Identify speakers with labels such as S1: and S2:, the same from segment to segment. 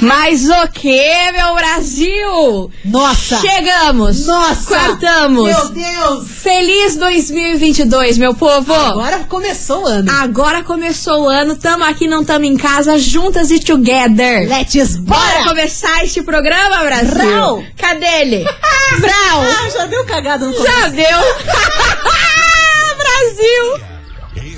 S1: Mas o que, meu Brasil?
S2: Nossa!
S1: Chegamos!
S2: Nossa!
S1: Quartamos!
S2: Meu Deus!
S1: Feliz 2022, meu povo!
S2: Agora começou o ano.
S1: Agora começou o ano, tamo aqui, não tamo em casa, juntas e together!
S2: Let's
S1: Bora
S2: bora!
S1: começar este programa, Brasil?
S2: Brau.
S1: Cadê ele? Brau!
S2: Ah, já deu cagada no começo.
S1: Já deu! Brasil!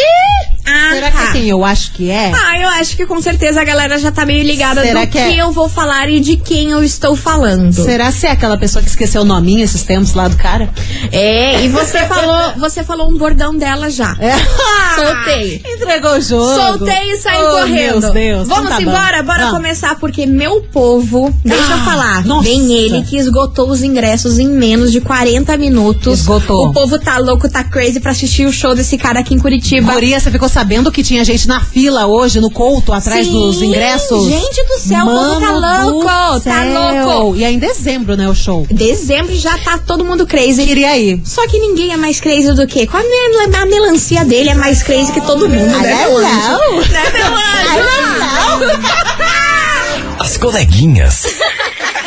S1: Ah,
S2: será que
S1: tá.
S2: é quem eu acho que é?
S1: Ah, eu acho que com certeza a galera já tá meio ligada
S2: Será
S1: do
S2: que
S1: que,
S2: é?
S1: eu vou falar e de quem eu estou falando.
S2: Será se é aquela pessoa que esqueceu o nominho esses tempos lá do cara?
S1: É, e você falou, você falou um bordão dela já.
S2: É.
S1: Soltei.
S2: Entregou o jogo.
S1: Soltei e saí
S2: Oh,
S1: correndo.
S2: Meu Deus.
S1: Vamos
S2: Então tá bom.
S1: embora? Bora
S2: Ah.
S1: começar, porque meu povo, deixa eu
S2: Ah,
S1: falar,
S2: nossa.
S1: vem ele que esgotou os ingressos em menos de 40 minutos.
S2: Esgotou.
S1: O povo tá louco, tá crazy pra assistir o show desse cara aqui em Curitiba.
S2: Guria, você ficou sabendo que tinha gente na fila hoje, no couto, atrás
S1: Sim,
S2: dos ingressos?
S1: gente do céu, o povo tá
S2: Mano do
S1: louco, tá
S2: céu.
S1: louco.
S2: E é em dezembro, né, o show.
S1: Dezembro já tá todo mundo crazy.
S2: Queria ir.
S1: Só que ninguém é mais crazy do que? Com a, mel- a melancia dele é mais crazy que todo mundo, né, meu anjo? Né, meu anjo?
S3: As coleguinhas.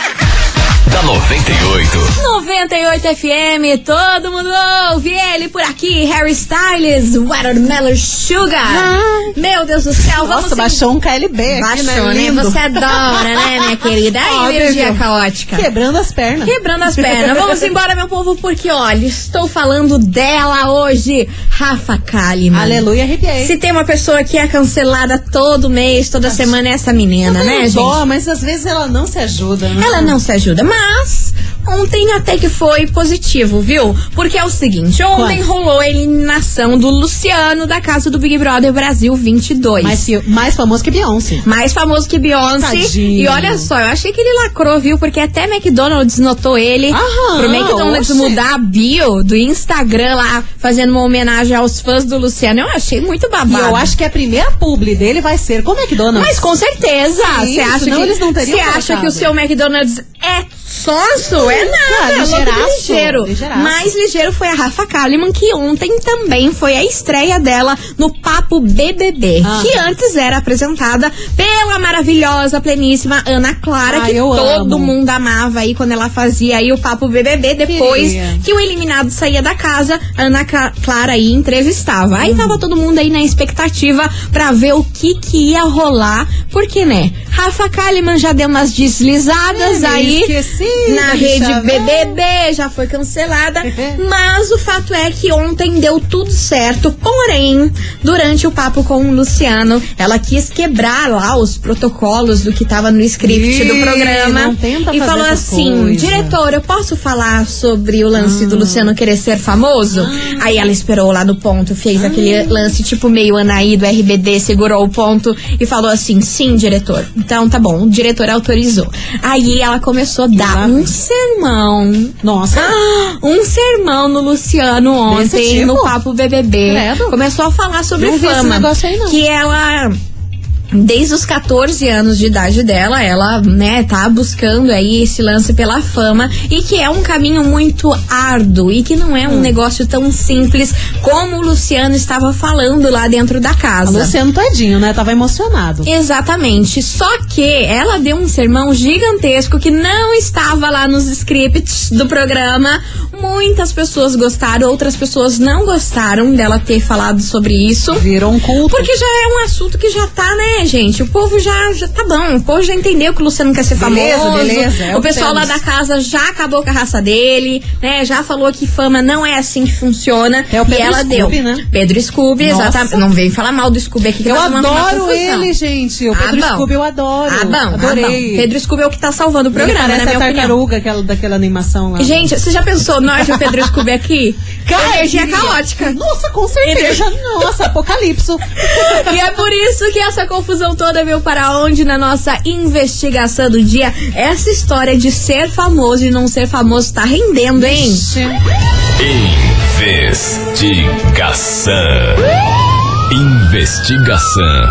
S3: da 98.
S1: 98 FM, todo mundo ouve ele por aqui, Harry Styles, Watermelon Sugar. Meu Deus do céu, vamos
S2: Nossa, baixou um KLB aqui, né?
S1: Baixou, né?
S2: Lindo.
S1: Você adora, né, minha querida?
S2: Ó,
S1: Aí, energia
S2: Deus.
S1: caótica.
S2: Quebrando as pernas.
S1: Quebrando as pernas. Vamos embora, meu povo, porque olha, estou falando dela hoje, Rafa Kalimann.
S2: Aleluia, arrepiei.
S1: Se tem uma pessoa que é cancelada todo mês, toda semana, é essa menina,
S2: Eu
S1: né,
S2: tenho
S1: gente?
S2: dó, mas às vezes ela não se ajuda, né?
S1: Ela não se ajuda, mas ontem até que foi positivo, viu? Porque é o seguinte, ontem
S2: Quanto?
S1: rolou a eliminação do Luciano da casa do Big Brother Brasil 22.
S2: Mas se- mais famoso que Beyoncé.
S1: Mais famoso que Beyoncé.
S2: Tadinho.
S1: E olha só, eu achei que ele lacrou, viu? Porque até McDonald's notou ele.
S2: Aham,
S1: pro McDonald's
S2: oxe.
S1: mudar a bio do Instagram lá, fazendo uma homenagem aos fãs do Luciano. Eu achei muito
S2: E
S1: babado.
S2: eu acho que a primeira publi dele vai ser com McDonald's.
S1: Mas com certeza.
S2: Sim,
S1: Você acha
S2: senão
S1: que
S2: eles não teriam
S1: Você acha
S2: colocado.
S1: que o seu McDonald's é sonso? É
S2: Ah,
S1: nada. é louco de
S2: ligeiraço,
S1: ligeiro.
S2: ligeiraço.
S1: Mais ligeiro foi a Rafa Kalimann, que ontem também foi a estreia dela no Papo BBB,
S2: Ah.
S1: que antes era apresentada pela maravilhosa, pleníssima Ana Clara,
S2: Ah,
S1: que
S2: eu
S1: todo
S2: amo.
S1: mundo amava aí quando ela fazia aí o Papo BBB depois
S2: Queria.
S1: que o eliminado saía da casa, a Ana Ca- Clara aí entrevistava. Aí tava todo mundo aí na expectativa pra ver o que que ia rolar, porque né? Rafa Kalimann já deu umas deslizadas
S2: É, meio
S1: aí
S2: esquecida,
S1: na rede de BBB, já foi cancelada. mas o fato é que ontem deu tudo certo. Porém, durante o papo com o Luciano, ela quis quebrar lá os protocolos do que tava no script
S2: Ih,
S1: do programa.
S2: não tenta
S1: e
S2: fazer
S1: falou
S2: essas
S1: assim:
S2: coisas. Ah.
S1: diretor, eu posso falar sobre o lance do Luciano querer ser famoso? Aí ela esperou lá no ponto, fez
S2: Ah.
S1: aquele lance tipo meio Anaí do RBD, segurou o ponto e falou assim: sim, diretor. Então tá bom, o diretor autorizou. Aí ela começou a dar um sermão.
S2: Nossa.
S1: Ah, Um sermão no Luciano
S2: Desse
S1: ontem
S2: tipo?
S1: no Papo BBB.
S2: Credo.
S1: Começou a falar sobre
S2: Não vi esse
S1: fama.
S2: negócio aí, não.
S1: Que ela desde os 14 anos de idade dela, ela, né, tá buscando aí esse lance pela fama e que é um caminho muito árduo e que não é
S2: Hum.
S1: um negócio tão simples como o Luciano estava falando lá dentro da
S2: A
S1: casa.
S2: Luciano tadinho, né? Tava emocionado.
S1: Exatamente. Só que ela deu um sermão gigantesco que não estava lá nos scripts do programa. Muitas pessoas gostaram, outras pessoas não gostaram dela ter falado sobre isso.
S2: Virou um culto.
S1: Porque já é um assunto que já tá, né, gente? O povo já, já tá bom. O povo já entendeu que o Luciano quer ser
S2: Beleza,
S1: famoso.
S2: beleza, é
S1: o
S2: o que
S1: pessoal lá
S2: temos.
S1: da casa já acabou com a raça dele, né? Já falou que fama não é assim que funciona.
S2: É o Pedro
S1: e ela
S2: Scooby,
S1: deu.
S2: né?
S1: Pedro Scooby,
S2: Nossa.
S1: exatamente. Não veio falar mal do Scooby aqui. Que
S2: Eu
S1: nós vamos arrumar
S2: adoro
S1: confusão.
S2: ele, gente. O Pedro
S1: bom.
S2: Scooby eu adoro.
S1: Ah, bom,
S2: Adorei.
S1: ah, bom. Pedro Scooby é o que tá salvando o
S2: Ele
S1: programa,
S2: parece
S1: na minha
S2: a
S1: opinião.
S2: tartaruga aquela, daquela animação lá.
S1: Gente, você já pensou nós e o Pedro Scooby aqui?
S2: Cara,
S1: Energia
S2: queria.
S1: caótica.
S2: Nossa, com certeza. Nossa, apocalipso.
S1: E é por isso que essa confusão toda veio para onde na nossa investigação do dia. Essa história de ser famoso e não ser famoso tá rendendo, hein?
S3: Investigação. Investigação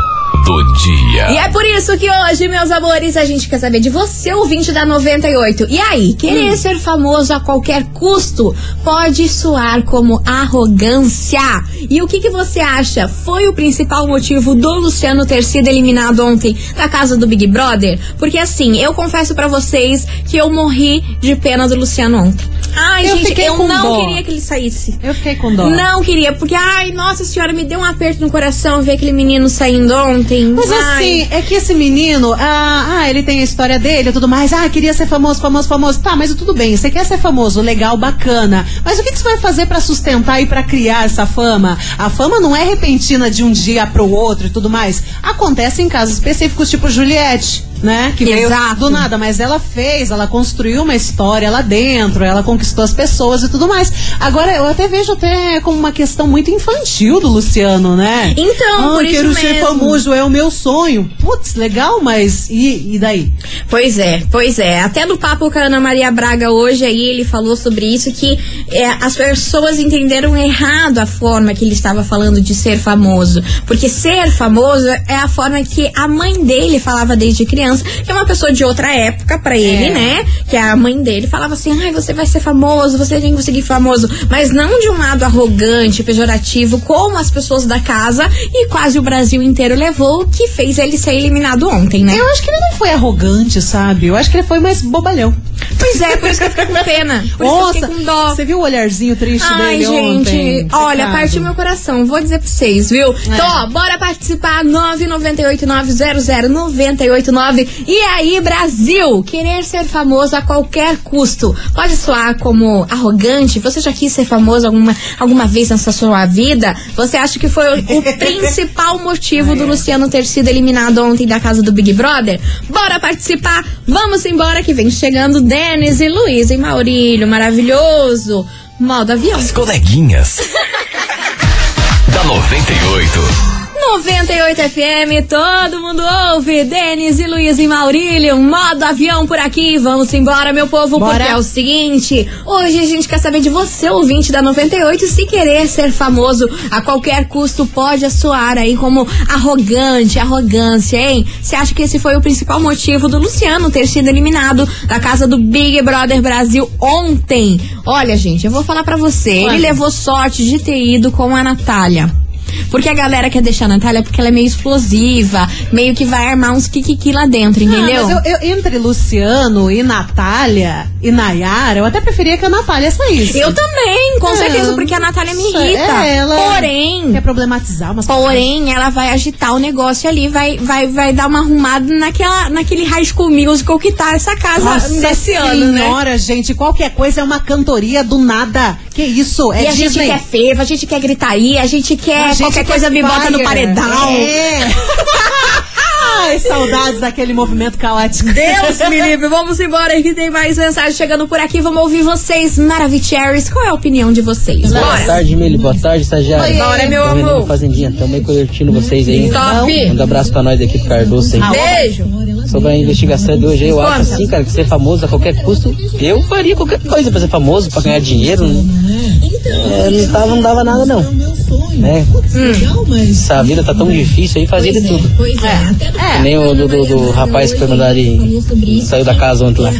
S3: do dia.
S1: E é por isso que hoje, meus amores, a gente quer saber de você, ouvinte da 98. E aí,
S2: Hum.
S1: querer ser famoso a qualquer custo pode soar como arrogância. E o que, que você acha? Foi o principal motivo do Luciano ter sido eliminado ontem da casa do Big Brother? Porque assim, eu confesso pra vocês que eu morri de pena do Luciano ontem. Ai,
S2: Eu
S1: gente,
S2: fiquei
S1: eu
S2: com
S1: não
S2: dó.
S1: queria que ele saísse.
S2: Eu fiquei com dó.
S1: Não queria, porque, ai, nossa senhora, me deu um aperto no coração ver aquele menino saindo ontem.
S2: Mas
S1: Ai.
S2: assim, é que esse menino, ah, ah, ele tem a história dele e tudo mais. Ah, queria ser famoso, famoso, famoso. Tá, mas tudo bem, você quer ser famoso, legal, bacana. Mas o que, que você vai fazer pra sustentar e pra criar essa fama? A fama não é repentina de um dia pro outro e tudo mais. Acontece em casos específicos, tipo Juliette, né? Que veio
S1: Exato.
S2: do nada, mas ela fez, ela construiu uma história lá dentro, ela conquistou as pessoas e tudo mais. Agora, eu até vejo até como uma questão muito infantil do Luciano, né?
S1: Então,
S2: ah,
S1: por isso
S2: quero ser
S1: mesmo.
S2: famoso, é o meu sonho. Putz, legal, mas e, e daí?
S1: Pois é, pois é. Até no papo com a Ana Maria Braga hoje aí ele falou sobre isso que é, as pessoas entenderam errado a forma que ele estava falando de ser famoso, porque ser famoso é a forma que a mãe dele falava desde criança, que é uma pessoa de outra época pra ele, né? Que a mãe dele falava assim: "Ai, você vai ser famoso, você tem que conseguir famoso", mas não de um lado arrogante, pejorativo, como as pessoas da casa e quase o Brasil inteiro levou, que fez ele ser eliminado ontem, né?
S2: Eu acho que ele não foi arrogante, sabe? Eu acho que ele foi mais bobalhão.
S1: Pois é, por isso que eu fiquei com pena. Por isso que eu fiquei com dó.
S2: você viu o olharzinho triste
S1: Ai,
S2: dele
S1: gente,
S2: ontem?
S1: olha,
S2: Pecado.
S1: partiu meu coração, vou dizer pra vocês, viu? Então, ó, bora participar, 998900989. E aí, Brasil, querer ser famoso a qualquer custo. Pode soar como arrogante, você já quis ser famoso alguma, alguma vez nessa sua vida? Você acha que foi o, o principal motivo do Luciano ter sido eliminado ontem da casa do Big Brother? Bora participar, vamos embora que vem chegando Denis e Luiz e Maurílio, maravilhoso. Modo avião.
S3: As coleguinhas. da 98.
S1: 98 FM, todo mundo ouve. Denis e Luiz e Maurílio, modo avião por aqui. Vamos embora, meu povo,
S2: Bora.
S1: porque é o seguinte: hoje a gente quer saber de você, ouvinte da 98, se querer ser famoso a qualquer custo pode soar aí como arrogante, arrogância, hein? Você acha que esse foi o principal motivo do Luciano ter sido eliminado da casa do Big Brother Brasil ontem? Olha, gente, eu vou falar pra você: ele
S2: Olha.
S1: levou sorte de ter ido com a Natália. Porque a galera quer deixar a Natália porque ela é meio explosiva, meio que vai armar uns kikiki lá dentro, entendeu?
S2: Ah, mas eu, eu- entre Luciano e Natália e Nayara, eu até preferia que a Natália saísse.
S1: Eu também, com
S2: É,
S1: certeza, porque a Natália me
S2: isso
S1: irrita.
S2: é, ela
S1: Porém,
S2: Quer problematizar umas
S1: Porém, ela vai agitar o negócio ali, vai, vai, vai dar uma arrumada naquela, naquele High School Musical que tá essa casa desse ano, né?
S2: senhora, gente, qualquer coisa é uma cantoria do nada. Que isso? É
S1: e a gente
S2: Disney.
S1: quer fervo, a gente quer gritaria, a gente quer
S2: A gente
S1: qualquer
S2: quer
S1: coisa me bota no
S2: fire.
S1: paredão.
S2: É. Ai, saudades daquele movimento caótico.
S1: Deus me livre, vamos embora que tem mais mensagem chegando por aqui. Vamos ouvir vocês, Maravicheries. Qual é a opinião de vocês?
S4: Boa
S1: Bora!
S4: tarde, Mili. Boa tarde, estagiário.
S2: Oi,
S1: Bora, meu
S4: Tô vendo
S1: amor!
S4: uma Fazendinha, também curtindo vocês aí.
S1: Top!
S4: Manda um abraço pra nós da equipe Cardoso aí.
S1: Beijo!
S4: Sobre a investigação de hoje, eu acho
S1: Conta.
S4: assim, cara, que ser famoso a qualquer custo, eu faria qualquer coisa pra ser famoso, pra ganhar dinheiro. né?
S1: Então,
S4: É, não, tava, não dava nada, não. Né? Essa vida tá tão difícil aí, fazia
S1: é.
S4: de tudo.
S2: É.
S4: Que nem o do, do- do rapaz que foi mandado e saiu da casa ontem lá.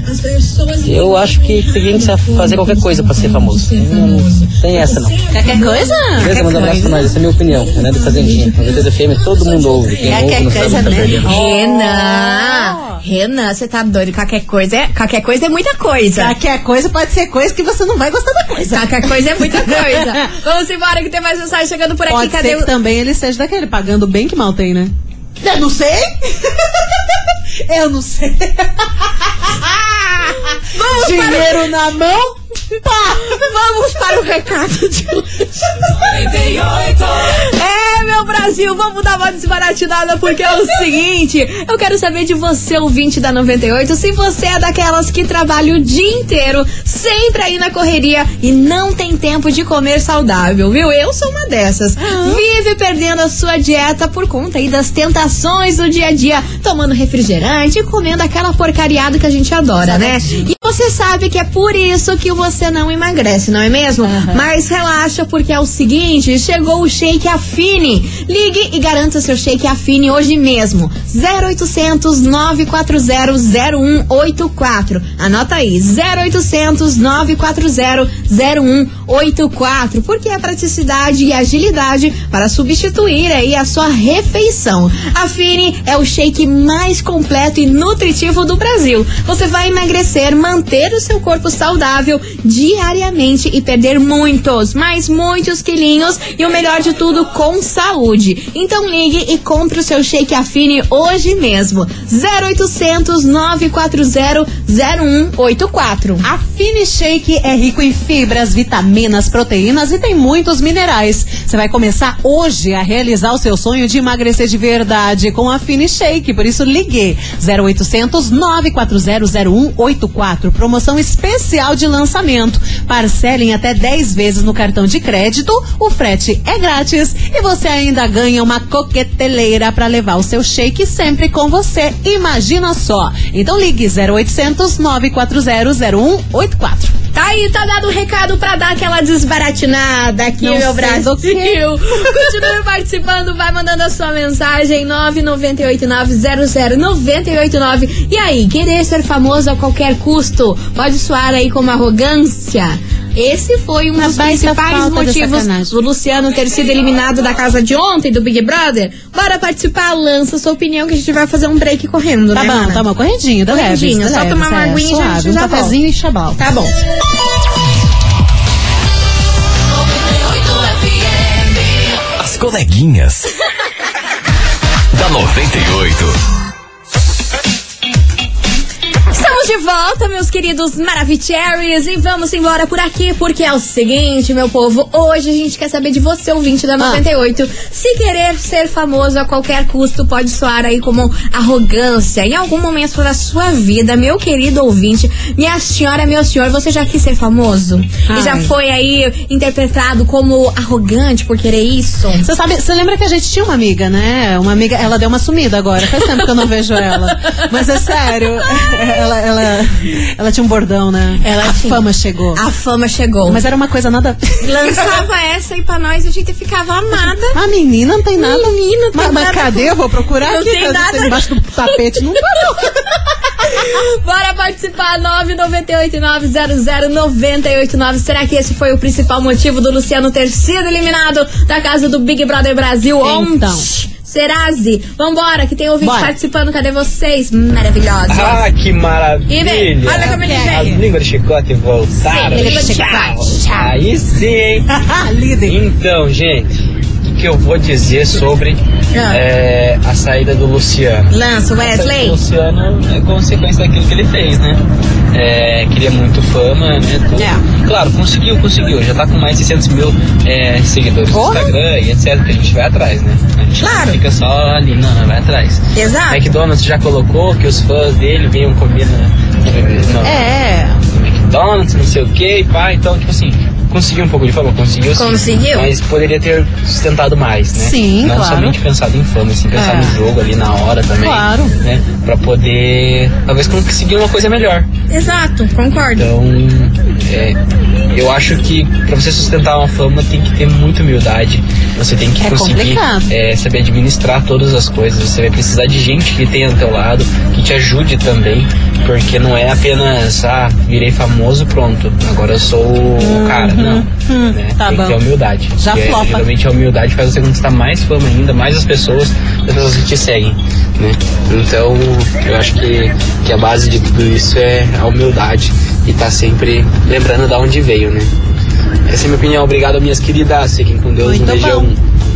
S4: Eu acho que tem que se fazer qualquer coisa pra ser famoso. Não tem essa, não.
S2: Qualquer Ah, coisa?
S4: Beleza? Manda um abraço pra nós. Essa é a minha opinião. Renan de Fazendinha. Na VTD FM é todo mundo ouve. Quem ouve não sabe nunca perdeu.
S2: Oh.
S1: Renan! Renan, você tá doido? Qualquer coisa é, qualquer coisa é muita coisa.
S2: Qualquer coisa pode ser coisa que você não vai gostar da coisa.
S1: Saca coisa é muita coisa. Vamos embora que tem mais mensagem chegando por aqui.
S2: Pode
S1: Cadê
S2: ser que
S1: o...
S2: também ele seja daquele pagando bem que mal tem, né? Eu não sei. Eu não sei. Dinheiro na mão. Pá.
S1: Vamos para o recado de hoje. É, meu Brasil, vamos dar uma desbaratinada porque é o seguinte, eu quero saber de você, ouvinte da 98, se você é daquelas que trabalha o dia inteiro, sempre aí na correria e não tem tempo de comer saudável, viu? Eu sou uma dessas. Vive perdendo a sua dieta por conta aí das tentações do dia a dia, tomando refrigerante e comendo aquela porcariada que a gente adora, né? E você sabe que é por isso que você não emagrece, não é mesmo? Mas relaxa, porque é o seguinte: chegou o shake Afine. Ligue e garanta seu shake Afine hoje mesmo. 0800 940 0184. Anota aí: 0800 940 0184. Porque é praticidade e agilidade para substituir aí a sua refeição. Afine é o shake mais completo e nutritivo do Brasil. Você vai emagrecer, manter o seu corpo saudável diariamente e perder muitos, mas muitos quilinhos e o melhor de tudo, com saúde. Então ligue e compre o seu shake Afine hoje mesmo. 0800 940 0184.
S2: A Fini Shake é rico em fibras, vitaminas, proteínas e tem muitos minerais. Você vai começar hoje a realizar o seu sonho de emagrecer de verdade com a Fini Shake. Por isso, ligue 0800 9400184. Promoção especial de lançamento. Parcele em até 10 vezes no cartão de crédito. O frete é grátis e você ainda ganha uma coqueteleira para levar o seu shake sempre com você. Imagina só. Então ligue 0800 940 0184.
S1: Tá aí, tá dado o recado pra dar aquela desbaratinada aqui,
S2: Não
S1: meu
S2: sei
S1: Brasil.
S2: do quê.
S1: Continue participando, vai mandando a sua mensagem 998900989. E aí, querer ser famoso a qualquer custo pode soar aí como arrogância? Esse foi um
S2: Uma
S1: dos
S2: baita
S1: principais
S2: falta de
S1: motivos
S2: sacanagem.
S1: do Luciano ter sido eliminado da casa de ontem, do Big Brother. Bora participar, lança sua opinião que a gente vai fazer um break correndo,
S2: Tá
S1: né?
S2: bom,
S1: mana?
S2: tá bom, corridinho, da leve.
S1: Corridinho,
S2: da
S1: só
S2: leve,
S1: tomar uma
S2: é,
S1: aguinha e já-
S2: suave,
S1: já
S2: um cafezinho e chabal.
S1: Tá bom.
S3: As coleguinhas. da 98.
S1: Estamos de volta, meus queridos Maravicheries, e vamos embora por aqui, porque é o seguinte, meu povo, hoje a gente quer saber de você, ouvinte
S2: Ah.
S1: da 98, se querer ser famoso a qualquer custo pode soar aí como arrogância. Em algum momento da sua vida, meu querido ouvinte, minha senhora, meu senhor, você já quis ser famoso? E
S2: Ai.
S1: já foi aí interpretado como arrogante por querer isso?
S2: Você sabe, você lembra que a gente tinha uma amiga, né? Uma amiga, ela deu uma sumida agora. Faz tempo que eu não vejo ela. Mas é sério, ela, ela, ela tinha um bordão, né?
S1: Ela
S2: a
S1: tinha. Ah.
S2: fama chegou.
S1: A fama chegou.
S2: Mas era uma coisa nada.
S1: lançava essa aí pra nós e a gente ficava amada.
S2: A menina não tem nada.
S1: Menino, tem
S2: mas, mas
S1: nada.
S2: cadê? Eu vou procurar
S1: Não
S2: aqui.
S1: tem
S2: tá
S1: nada.
S2: Embaixo do tapete. Não parou.
S1: Bora participar, 998900989. Será que esse foi o principal motivo do Luciano ter sido eliminado da casa do Big Brother Brasil
S2: Então.
S1: ontem? Serazi, vambora, que tem ouvinte
S2: Bora.
S1: participando, cadê vocês? Maravilhosos.
S4: Ah, que
S1: E vem,
S4: maravilha!
S1: olha como ele
S4: As
S1: vem.
S4: línguas de chicote voltaram.
S1: Sim, língua de chicote.
S4: Tchau. Aí sim, hein?
S2: Ah, Líder.
S4: Então, gente, o que eu vou dizer sobre
S1: Ah.
S4: eh, a saída do Luciano?
S1: Lança o
S4: O
S1: Wesley.
S4: Luciano é consequência daquilo que ele fez, né? É, queria muito fama, né? tudo.
S2: É.
S4: Claro, conseguiu, conseguiu. Já tá com mais de 600 mil é, seguidores no
S1: Porra.
S4: Instagram e etc. Que a gente vai atrás, né? A gente
S1: Claro.
S4: não fica só ali, não, não, vai atrás.
S1: Exato.
S4: McDonald's já colocou que os fãs dele vinham comer na, na-
S2: É.
S4: no McDonald's, não sei o que, e pá. Então, tipo assim, conseguiu um pouco de fama, conseguiu. sim.
S1: Conseguiu.
S4: Mas poderia ter sustentado mais, né?
S2: Sim,
S4: Não
S2: claro.
S4: somente pensado em fama, assim, pensar
S2: É.
S4: no jogo ali na hora também.
S2: Claro.
S4: Né? Pra poder, talvez, conseguir uma coisa melhor.
S1: Exato, concordo.
S4: Então, é, eu acho que pra você sustentar uma fama tem que ter muita humildade. Você tem que
S2: É
S4: conseguir
S2: complicado.
S4: é, saber administrar todas as coisas. Você vai precisar de gente que tenha ao teu lado, que te ajude também. Porque não é apenas, ah, virei famoso, pronto, agora eu sou o cara. Não.
S2: Hum,
S4: né?
S2: Uhum, tá
S4: tem
S2: bom.
S4: que ter humildade.
S2: Já
S4: Porque
S2: flopa.
S4: Geralmente a humildade faz você conquistar mais fama ainda, mais as pessoas, as pessoas que te seguem. Né? Então, eu acho que, que a base de tudo isso é a humildade e tá sempre lembrando de onde veio, né? Essa é a minha opinião. Obrigado, minhas queridas. Fiquem com Deus.
S2: Muito
S4: um beijão.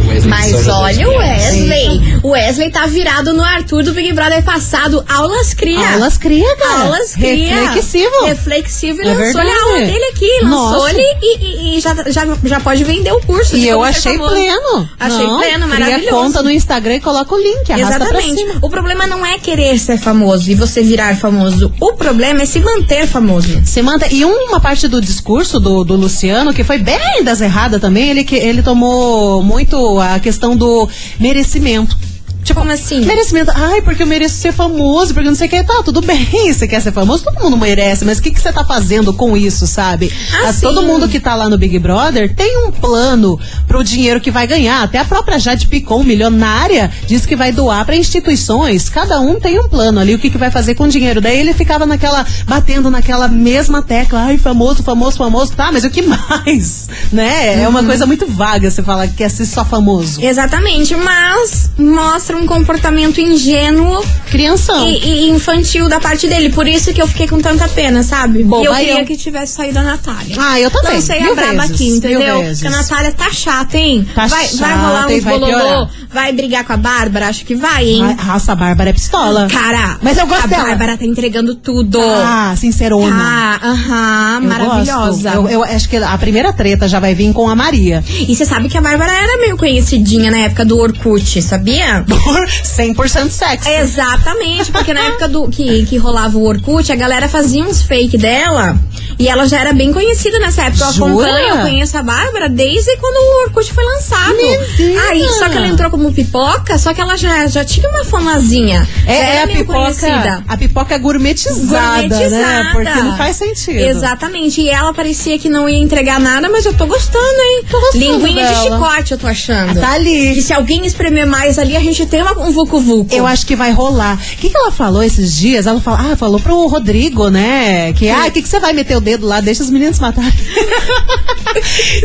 S4: Wesley de São
S1: Mas
S4: José dos
S1: olha o
S4: Pinhais.
S1: Wesley. O Wesley tá virado no Arthur do Big Brother passado. Aulas cria.
S2: Aulas cria, cara.
S1: Aulas cria.
S2: Reflexivo.
S1: Reflexivo
S2: É
S1: e lançou-lhe a
S2: verdade.
S1: aula dele aqui.
S2: Nossa.
S1: Lançou-lhe e, e- e já, já, já pode vender o curso.
S2: E
S1: de
S2: eu
S1: como ser
S2: achei
S1: famoso.
S2: pleno.
S1: Achei
S2: Não,
S1: pleno, maravilhoso.
S2: Cria conta no Instagram e coloca o link, arrasta pra
S1: Exatamente.
S2: cima.
S1: O problema não é querer ser famoso e você virar famoso. O problema é se manter famoso.
S2: Se manda. E um, uma parte do discurso do, do Luciano, que foi bem das erradas também, ele, que, ele tomou muito a questão do merecimento.
S1: Tipo, como assim?
S2: Merecimento, ai, porque eu mereço ser famoso, porque não sei o que. Tá, tudo bem, você quer ser famoso, todo mundo merece, mas o que, que você tá fazendo com isso, sabe?
S1: Ah,
S2: Ah,
S1: sim.
S2: todo mundo que tá lá no Big Brother tem um plano pro dinheiro que vai ganhar. Até a própria Jade Picon, milionária, disse que vai doar pra instituições. Cada um tem um plano ali, o que, que vai fazer com o dinheiro. Daí ele ficava naquela, batendo naquela mesma tecla, ai, famoso, famoso, famoso. Tá, mas o que mais? Né? É uma
S1: Uhum.
S2: coisa muito vaga você falar que quer ser só famoso.
S1: Exatamente, mas mostra um comportamento ingênuo
S2: Crianção.
S1: e, e infantil da parte dele. Por isso que eu fiquei com tanta pena, sabe?
S2: Boba
S1: e eu queria
S2: eu.
S1: que tivesse saído a Natália.
S2: Ah, eu também.
S1: Não sei a
S2: Mil
S1: Então, braba
S2: vezes,
S1: aqui,
S2: mil
S1: entendeu?
S2: vezes.
S1: Porque a Natália tá chata, hein?
S2: Tá
S1: vai, vai
S2: chata
S1: rolar
S2: e
S1: uns
S2: vai
S1: bololô,
S2: piorar.
S1: vai brigar com a Bárbara, acho que vai, hein?
S2: A raça Bárbara é pistola.
S1: Cara,
S2: Mas eu gosto
S1: a
S2: dela.
S1: Bárbara tá entregando tudo.
S2: Ah, sincerona.
S1: Tá, aham,
S2: Eu
S1: maravilhosa.
S2: gosto. Eu, eu acho que a primeira treta já vai vir com a Maria.
S1: E você sabe que a Bárbara era meio conhecidinha na época do Orkut, sabia?
S2: Por 100% sexo.
S1: É, Exatamente, porque na época do que, que rolava o Orkut, a galera fazia uns fake dela. E ela já era bem conhecida nessa época. Eu
S2: Jura?
S1: acompanho, eu conheço a Bárbara desde quando o Orkut foi lançado.
S2: Deus.
S1: Aí, só que ela entrou como pipoca, só que ela já, já tinha uma famazinha.
S2: É,
S1: já
S2: é
S1: era
S2: a
S1: meio conhecida.
S2: pipoca, a pipoca gourmetizada, né? Porque não faz sentido.
S1: Exatamente. E ela parecia que não ia entregar nada, mas eu tô gostando, hein? Tô
S2: gostando
S1: Linguinha de
S2: dela.
S1: chicote, eu tô achando.
S2: Tá ali.
S1: E se alguém espremer mais ali, a gente tem uma- um vucu-vucu.
S2: Eu acho que vai rolar. O que, que ela falou esses dias? Ela falou, ah, falou pro Rodrigo, né? Que, ah, o que, que você vai meter o dedo lá? Deixa os meninos matarem.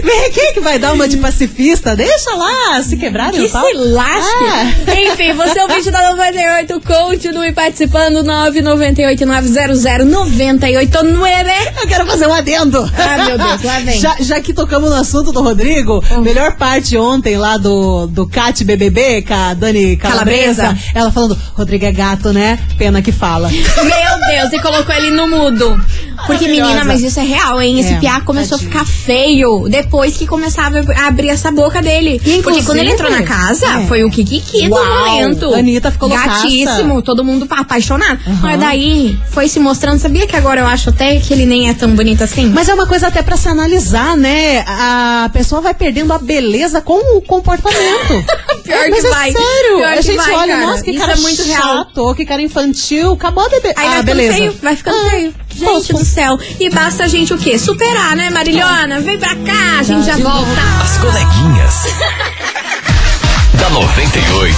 S2: Vem aqui que vai dar uma de pacifista. Deixa lá, se quebrarem
S1: Que
S2: o pau.
S1: se lasque.
S2: Ah.
S1: Enfim, você é o vídeo da 98, continue participando, 998 900 989
S2: Eu quero fazer um adendo.
S1: Ah, meu Deus, lá vem. Hum.
S2: Já, já que tocamos no assunto do Rodrigo, melhor parte ontem lá do, do Cat BBB, com a Dani Calabresa,
S1: Calabresa.
S2: ela falando, Rodrigo é gato, né? Pena que fala.
S1: Meu Deus, e colocou ele no mudo. Porque,
S2: Maravilhosa.
S1: menina, mas isso é real, hein? Esse
S2: É,
S1: piá começou a
S2: tadinho.
S1: ficar feio depois que começava a abrir essa boca dele. Porque
S2: inclusive-
S1: quando ele entrou na casa,
S2: É.
S1: foi o Kikiki do
S2: Uau,
S1: momento.
S2: Anitta ficou loucaça.
S1: Gatíssimo, todo mundo pa- apaixonado. Mas daí foi se mostrando. Sabia que agora eu acho até que ele nem é tão bonito assim?
S2: Mas é uma coisa até pra se analisar, né? A pessoa vai perdendo a beleza com o comportamento.
S1: Pior
S2: É, mas
S1: que
S2: é
S1: vai.
S2: sério.
S1: Pior que
S2: a gente
S1: vai,
S2: olha,
S1: cara.
S2: nossa, que
S1: Isso
S2: cara
S1: é muito real.
S2: chato, que cara infantil. Acabou a, bebe-
S1: Aí
S2: a
S1: vai
S2: Ah, beleza.
S1: ficando feio, vai ficando
S2: Ah,
S1: feio. Gente
S2: fofo.
S1: do céu. E basta a gente o quê? Superar, né, Marilhona? Vem pra cá, a gente já volta.
S3: As coleguinhas. da 98.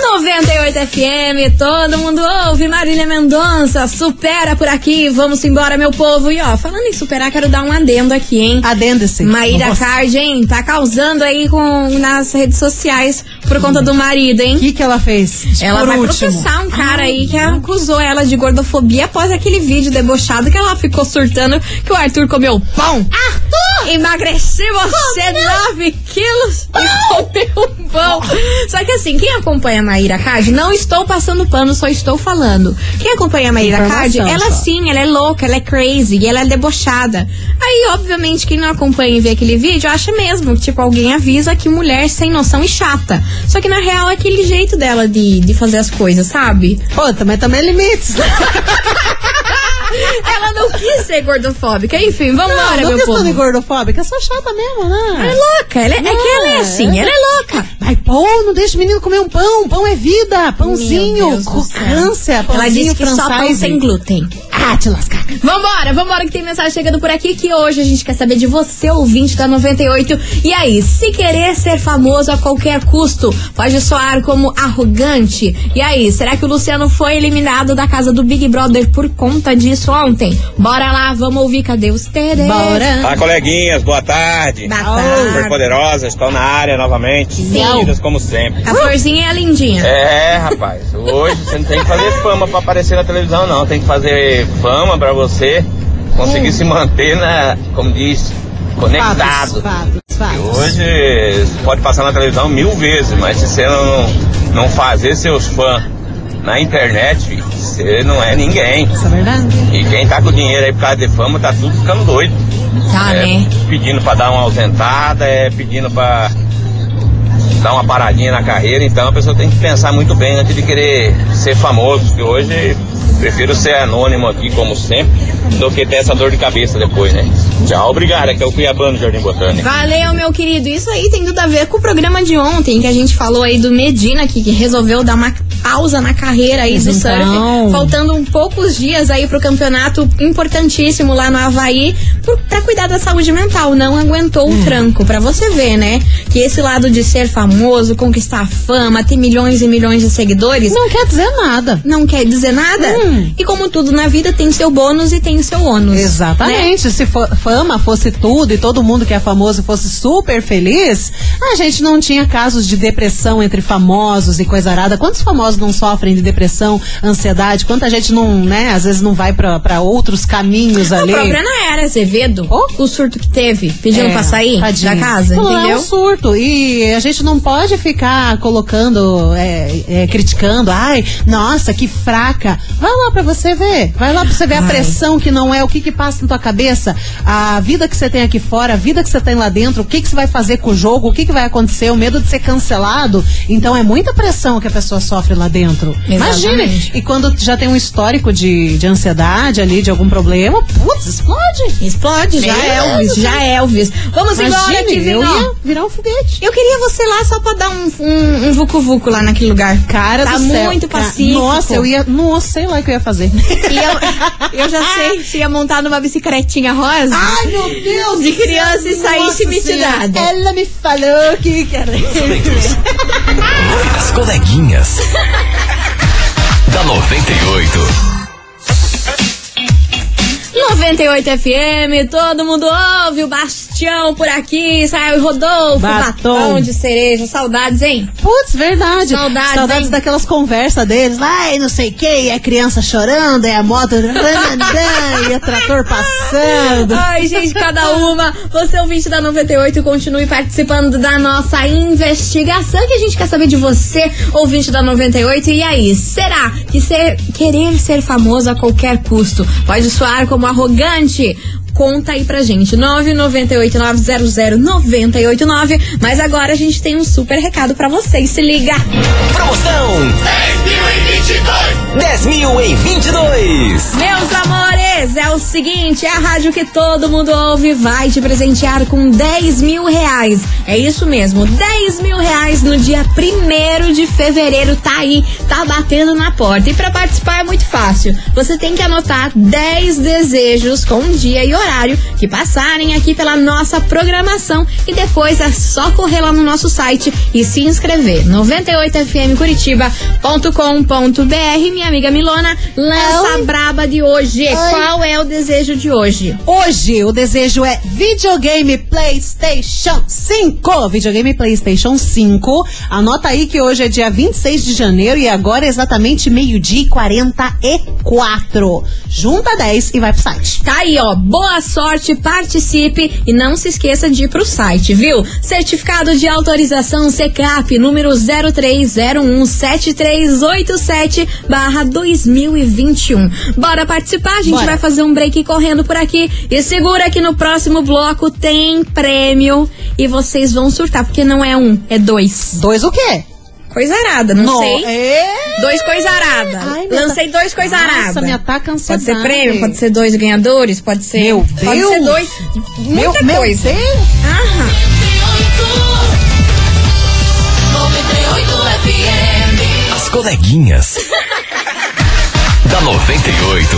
S1: 98 FM, todo mundo ouve. Marília Mendonça, supera por aqui. Vamos embora, meu povo. E ó, falando em superar, quero dar um adendo aqui, hein?
S2: Adenda-se.
S1: Maíra Card, hein? Tá causando aí com, nas redes sociais por conta do marido,
S2: O
S1: hein?
S2: que, que ela fez?
S1: Ela
S2: Por
S1: vai
S2: último.
S1: processar um cara aí que acusou ela de gordofobia após aquele vídeo debochado que ela ficou surtando que o Arthur comeu pão. Arthur! Emagreci você 9 é quilos e comeu pão. Só que assim, quem acompanha a Maíra Card, não estou passando pano, só estou falando. Quem acompanha a Maíra Card,
S2: Informação
S1: ela
S2: só.
S1: sim, ela é louca, ela é crazy e ela é debochada. Aí, obviamente, quem não acompanha e vê aquele vídeo acha mesmo que, tipo, alguém avisa que mulher sem noção e chata. Só que na real é aquele jeito dela de, de fazer as coisas, sabe?
S2: Pô, também, também limites. né?
S1: Ela não quis ser gordofóbica. Enfim, vambora,
S2: não
S1: meu
S2: questão de
S1: povo.
S2: gordofóbica, é só chata mesmo,
S1: Ela é
S2: né?
S1: louca, ela é, é que ela é assim, ela é louca.
S2: Mas, pô, não deixa o menino comer um pão. Pão é vida.
S1: Meu
S2: Pãozinho,
S1: Deus do céu.
S2: crocância, pãozinho
S1: Ela disse que só pão
S2: francês.
S1: sem glúten.
S2: Ah, te lascar.
S1: Vambora, vambora que tem mensagem chegando por aqui que hoje a gente quer saber de você, ouvinte da 98. E aí, se querer ser famoso a qualquer custo, pode soar como arrogante. E aí, será que o Luciano foi eliminado da casa do Big Brother por conta disso ontem? Bora lá, vamos ouvir, cadê os Tere?
S2: Bora.
S5: Fala, coleguinhas, boa tarde.
S1: Boa
S5: Super
S1: tarde.
S5: poderosas, estão na área novamente. Lindas como sempre.
S1: A florzinha é lindinha.
S5: É, rapaz, hoje você não tem que fazer fama pra aparecer na televisão, não. Tem que fazer fama pra você
S1: É.
S5: conseguir se manter, na, como diz,
S2: Fatos,
S5: conectado.
S2: fatos, fatos.
S5: Hoje você pode passar na televisão mil vezes, mas se você não, não fazer seus fãs na internet, filho, você não é ninguém.
S2: Isso é verdade?
S5: E quem tá com dinheiro aí por causa de fama tá tudo ficando doido.
S1: Tá,
S5: É,
S1: né?
S5: pedindo pra dar uma ausentada, é pedindo pra dar uma paradinha na carreira, então a pessoa tem que pensar muito bem antes de querer ser famoso, porque hoje prefiro ser anônimo aqui, como sempre, do que ter essa dor de cabeça depois, né? Tchau, obrigado, aqui é o Cuiabano Jardim Botânico.
S1: Valeu, meu querido. Isso aí tem tudo a ver com o programa de ontem, que a gente falou aí do Medina, que, que resolveu dar uma pausa na carreira aí do
S2: Mas
S1: surf.
S2: então.
S1: Faltando um poucos dias aí pro campeonato importantíssimo lá no Havaí, por- pra cuidar da saúde mental. Não aguentou
S2: É.
S1: o tranco, pra você ver, né? Que esse lado de ser famoso, conquistar fama, ter milhões e milhões de seguidores,
S2: Não quer dizer nada.
S1: não quer dizer nada.
S2: Hum.
S1: E como tudo na vida, tem seu bônus e tem seu ônus. né?
S2: Exatamente. Se fo- fama fosse tudo e todo mundo que é famoso fosse super feliz, a gente não tinha casos de depressão entre famosos e coisa arada. Quantos famosos não sofrem de depressão, ansiedade? Quanta gente não, né, às vezes não vai pra pra outros caminhos
S1: O
S2: ali.
S1: problema era Azevedo,
S2: Oh.
S1: o surto que teve, pedindo
S2: É,
S1: pra sair
S2: tadinho.
S1: da casa,
S2: Pô, É
S1: entendeu?
S2: um surto. E a gente não pode ficar colocando, é, é, criticando. Ai, nossa, que fraca. Vai lá pra você ver. Vai lá pra você ver a pressão que não é, o que que passa na tua cabeça, a vida que você tem aqui fora, a vida que você tem lá dentro, o que que você vai fazer com o jogo, o que que vai acontecer, o medo de ser cancelado. Então é muita pressão que a pessoa sofre lá dentro.
S1: Exatamente.
S2: Imagine. E quando já tem um histórico de, de ansiedade ali, de algum problema, putz, explode.
S1: Explode, já é
S2: Meu
S1: Elvis,
S2: Deus.
S1: já Elvis. Vamos embora, que
S2: Imagine, eu ia
S1: vinhão.
S2: virar um foguete.
S1: Eu queria você lá só pra dar um, um, um vucu-vucu lá naquele lugar.
S2: Cara
S1: tá
S2: do céu.
S1: muito
S2: Cara,
S1: pacífico.
S2: Nossa, eu ia. Nossa, sei lá o que eu ia fazer.
S1: E eu, eu já
S2: Ah.
S1: sei, se ia montar numa bicicletinha rosa.
S2: meu Deus!
S1: De criança e sair
S2: Ah, Nossa
S1: intimidada.
S2: Senhora, Ela me falou que
S3: As coleguinhas. da 98.
S1: É 98 FM, todo mundo ouve, o Bastião por aqui, Israel e Rodolfo,
S2: Batom.
S1: batom de cereja, saudades, hein?
S2: Putz, verdade.
S1: Saudades, hein?
S2: daquelas conversas deles. Ai, não sei quem, é criança chorando, é a moto. e é trator passando.
S1: Ai, gente, cada uma. Você, é ouvinte da 98, continue participando da nossa investigação que a gente quer saber de você, ouvinte da 98. E aí, será que ser, querer ser famoso a qualquer custo pode soar como arrogante? Conta aí pra gente, 998-900-989. Mas agora a gente tem um super recado pra vocês, se liga!
S3: Promoção 10.020 10 mil em 22.
S1: Meus amores, é o seguinte, a rádio que todo mundo ouve vai te presentear com 10 mil reais. É isso mesmo, 10 mil reais no dia 1 de fevereiro, tá aí, tá batendo na porta. E pra participar é muito fácil, você tem que anotar 10 desejos com dia e horário que passarem aqui pela nossa programação e depois é só correr lá no nosso site e se inscrever. 98fmcuritiba.com.br, minha amiga Milona, lança a braba de hoje. Qual é o desejo de hoje?
S2: Hoje o desejo é videogame PlayStation 5. Videogame PlayStation 5. Anota aí que hoje é dia 26 de janeiro e agora é exatamente meio-dia e 44. Junta 10 e vai pro site.
S1: Tá aí, ó. Boa sorte, participe e não se esqueça de ir pro site, viu? Certificado de autorização CCAP número 03017387 barra 2021. Bora participar, a gente
S2: Bora.
S1: vai fazer um break correndo por aqui e segura que no próximo bloco tem prêmio e vocês vão surtar, porque não é um, é dois.
S2: Dois o quê?
S1: Coisa arada, não,
S2: No-
S1: sei.
S2: É.
S1: Dois coisa arada.
S2: Ai, minha
S1: Lancei dois coisa arada.
S2: Nossa, tá me ataca a
S1: Pode
S2: ansiedade.
S1: ser prêmio, pode ser dois ganhadores, pode ser.
S2: Meu
S1: pode ser
S2: Deus.
S1: dois.
S2: Meu,
S1: Muita
S2: meu
S1: coisa.
S2: Deus.
S1: Aham.
S6: 98 FM.
S3: As coleguinhas. da 98.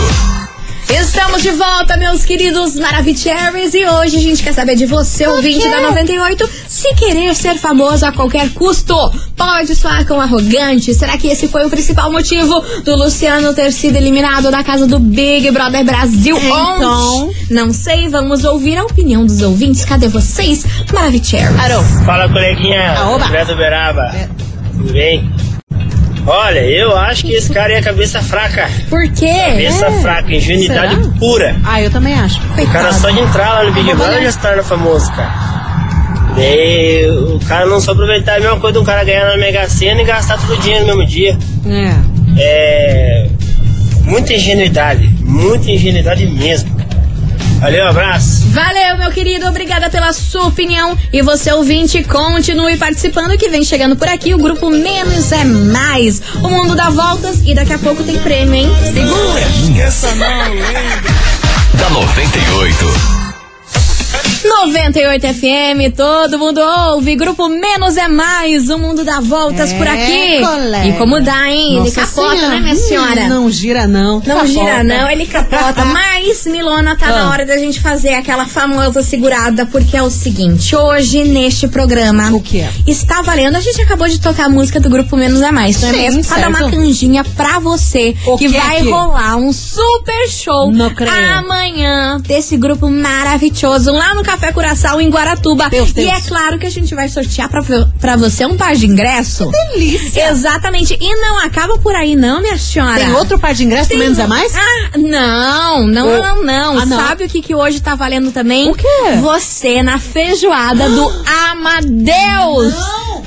S1: Estamos de volta, meus queridos Maravicheries. E hoje a gente quer saber de você, ouvinte da 98, se querer ser famoso a qualquer custo. Pode soar com arrogante. Será que esse foi o principal motivo do Luciano ter sido eliminado da casa do Big Brother Brasil
S2: Então?
S1: ontem? Não sei, vamos ouvir a opinião dos ouvintes. Cadê vocês, Maravicheries?
S2: Parou.
S7: Fala, coleguinha.
S2: Aoba.
S7: André do Beraba.
S2: É.
S7: Tudo bem? Olha, eu acho que esse cara é cabeça fraca.
S1: Por quê?
S7: Cabeça
S2: É.
S7: fraca, ingenuidade
S2: Será?
S7: pura.
S2: Ah, eu também acho.
S7: O cara só de entrar lá no Big Brother já se torna famoso, cara. Daí o cara não só aproveitar a mesma coisa de um cara ganhar na Mega Sena e gastar todo o dinheiro no mesmo dia.
S2: É.
S7: É. Muita ingenuidade. Muita ingenuidade mesmo. Valeu, abraço.
S1: Valeu, meu querido. Obrigada pela sua opinião. E você, ouvinte, continue participando que vem chegando por aqui o grupo Menos é Mais. O mundo dá voltas e daqui a pouco tem prêmio, hein? Segura!
S3: Coleguinhas. da 98.
S1: 98 FM, todo mundo ouve. Grupo Menos é Mais. O mundo dá voltas
S2: É,
S1: por aqui.
S2: colega.
S1: E como dá, hein? Ele
S2: Nossa
S1: capota,
S2: senhora.
S1: né, minha
S2: Hum,
S1: senhora?
S2: Não gira, não.
S1: Não
S2: Capota.
S1: gira, não, ele capota. Mas, Milona, tá na
S2: Ah.
S1: hora da gente fazer aquela famosa segurada, porque é o seguinte: hoje, neste programa.
S2: O que é?
S1: Está valendo. A gente acabou de tocar a música do grupo Menos a Mais, não é
S2: Sim,
S1: mesmo? Pra dar uma
S2: certo.
S1: canjinha pra você,
S2: O
S1: que,
S2: que é
S1: vai
S2: que-
S1: rolar um super show
S2: Não creio.
S1: amanhã desse grupo maravilhoso lá no Café Curaçao, em Guaratuba.
S2: Deus, Deus.
S1: E é claro que a gente vai sortear pra, pra você um par de ingresso.
S2: Delícia.
S1: Exatamente. E não acaba por aí, não, minha senhora.
S2: Tem outro par de ingresso,
S1: Tem-
S2: menos é mais?
S1: Ah, não, não,
S2: Ou-
S1: não, não.
S2: Ah, não.
S1: Sabe o que, que hoje tá valendo também?
S2: O quê?
S1: Você na feijoada do Amadeus.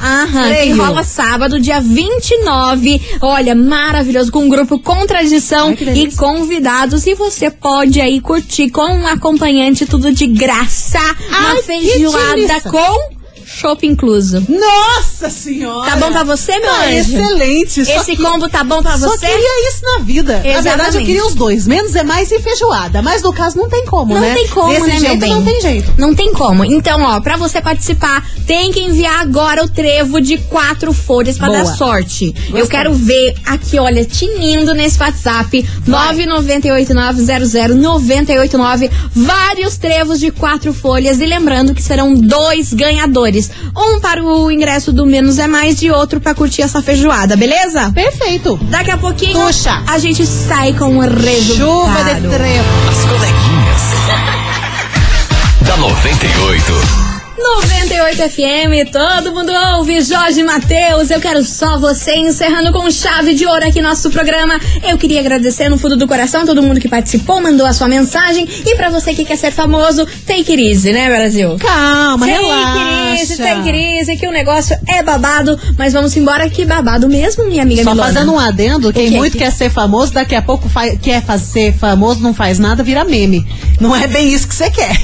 S1: Aham, que
S2: Creio.
S1: rola sábado, dia 29. Olha, maravilhoso, com um grupo com tradição
S2: Ai, que
S1: e
S2: delícia.
S1: convidados. E você pode aí curtir com um acompanhante, tudo de graça.
S2: Ai,
S1: na
S2: que
S1: feijoada
S2: delícia.
S1: com chopp incluso.
S2: Nossa senhora!
S1: Tá bom pra você, meu
S2: Tá
S1: anjo?
S2: excelente. só
S1: Esse
S2: que-
S1: combo tá bom pra
S2: Só
S1: você?
S2: queria isso na vida. Na verdade, eu
S1: Exatamente.
S2: queria os dois. Menos é mais e feijoada. Mas no caso, não tem como,
S1: Não
S2: né?
S1: tem como,
S2: Desse
S1: né,
S2: jeito,
S1: meu bem?
S2: não tem jeito.
S1: Não tem como. Então, ó, pra você participar, tem que enviar agora o trevo de quatro folhas pra
S2: Boa.
S1: dar sorte. Eu quero ver aqui, olha, tinindo nesse WhatsApp, 998900989, vários trevos de quatro folhas. E lembrando que serão dois ganhadores. Um para o ingresso do Menos é Mais e outro pra curtir essa feijoada, beleza?
S2: Perfeito.
S1: Daqui a pouquinho,
S2: Puxa.
S1: a gente sai com o resultado.
S2: Chuva de trevo.
S3: As coleguinhas. da 98.
S1: 98 FM, todo mundo ouve, Jorge Matheus, eu quero só você encerrando com chave de ouro aqui nosso programa. Eu queria agradecer no fundo do coração todo mundo que participou, mandou a sua mensagem e pra você que quer ser famoso, take it easy, né, Brasil?
S2: Calma,
S1: Take it easy,
S2: relaxa.
S1: take it easy, que o negócio é babado, mas vamos embora que babado mesmo, minha amiga
S2: Só
S1: Milona.
S2: fazendo um adendo, quem
S1: quê?
S2: muito quer ser famoso, daqui a pouco fa- quer fa- ser famoso, não faz nada, vira meme. Não é bem isso que você quer.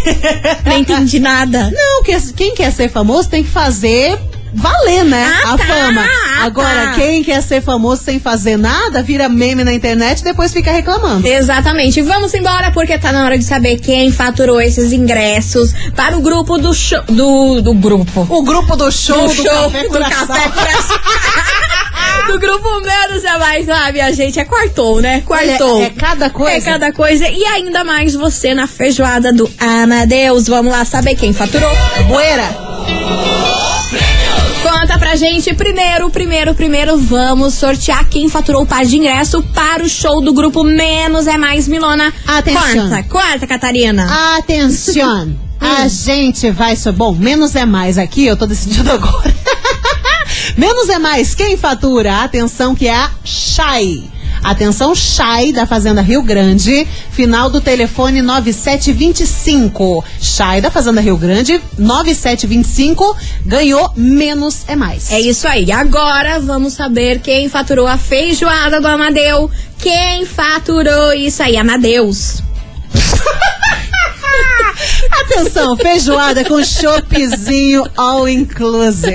S1: Não entendi nada.
S2: Não, que- quem quer ser famoso tem que fazer valer, né?
S1: Ah,
S2: a
S1: tá,
S2: fama.
S1: ah,
S2: Agora,
S1: tá.
S2: quem quer ser famoso sem fazer nada, vira meme na internet e depois fica reclamando.
S1: Exatamente. Vamos embora porque tá na hora de saber quem faturou esses ingressos para o grupo do show. Do, do grupo.
S2: O grupo do show
S1: Um do,
S2: do, Café Curaçao.
S1: Curaçao. Do grupo menos é mais, sabe? A gente é quartou, né? Quartou.
S2: É, é cada coisa.
S1: É cada coisa. E ainda mais você na feijoada do Amadeus. Vamos lá saber quem faturou.
S2: Bueira.
S1: Conta pra gente primeiro, primeiro, primeiro. Vamos sortear quem faturou o par de ingresso para o show do grupo Menos é Mais Milona.
S2: Atenção.
S1: Corta, corta, Catarina.
S2: Atenção. A gente vai... so- Bom, menos é mais aqui, eu tô decidindo agora. menos é mais. Quem fatura? Atenção que é a Shai. Atenção, Shai, da Fazenda Rio Grande, final do telefone 9725. Shai, da Fazenda Rio Grande, 9725, ganhou menos é mais.
S1: É isso aí. Agora vamos saber quem faturou a feijoada do Amadeu. Quem faturou isso aí, Amadeus?
S2: Atenção, feijoada com chopezinho all inclusive.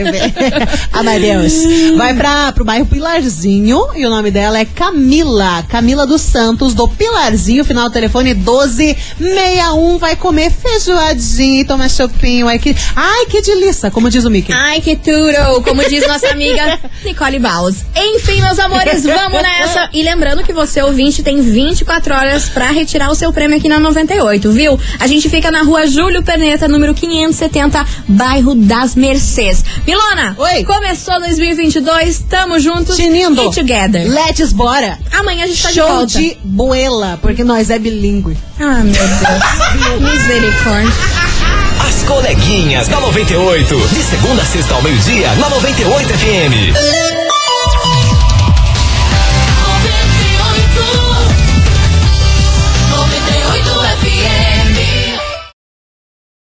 S2: Amadeus. Vai pra, pro bairro Pilarzinho e o nome dela é Camila. Camila dos Santos, do Pilarzinho, final do telefone 1261. Vai comer feijoadinha e tomar chopinho. Ai que, ai, que delícia, como diz o Mickey.
S1: Ai, que tudo! Como diz nossa amiga Nicole Baus. Enfim, meus amores, vamos nessa. E lembrando que você, ouvinte, tem 24 horas pra retirar o seu prêmio aqui na 98, viu? A gente fica na rua Júlio Perneta, número 570, bairro das Mercês. Milona,
S2: Oi.
S1: começou 2022, tamo juntos.
S2: Tinindo.
S1: E together.
S2: Let's bora.
S1: Amanhã a gente tá de
S2: Show
S1: volta.
S2: de boela, porque nós é bilíngue.
S1: Ah, meu Deus. Misericórdia.
S3: As coleguinhas da 98. De segunda a sexta ao meio-dia, na 98 FM.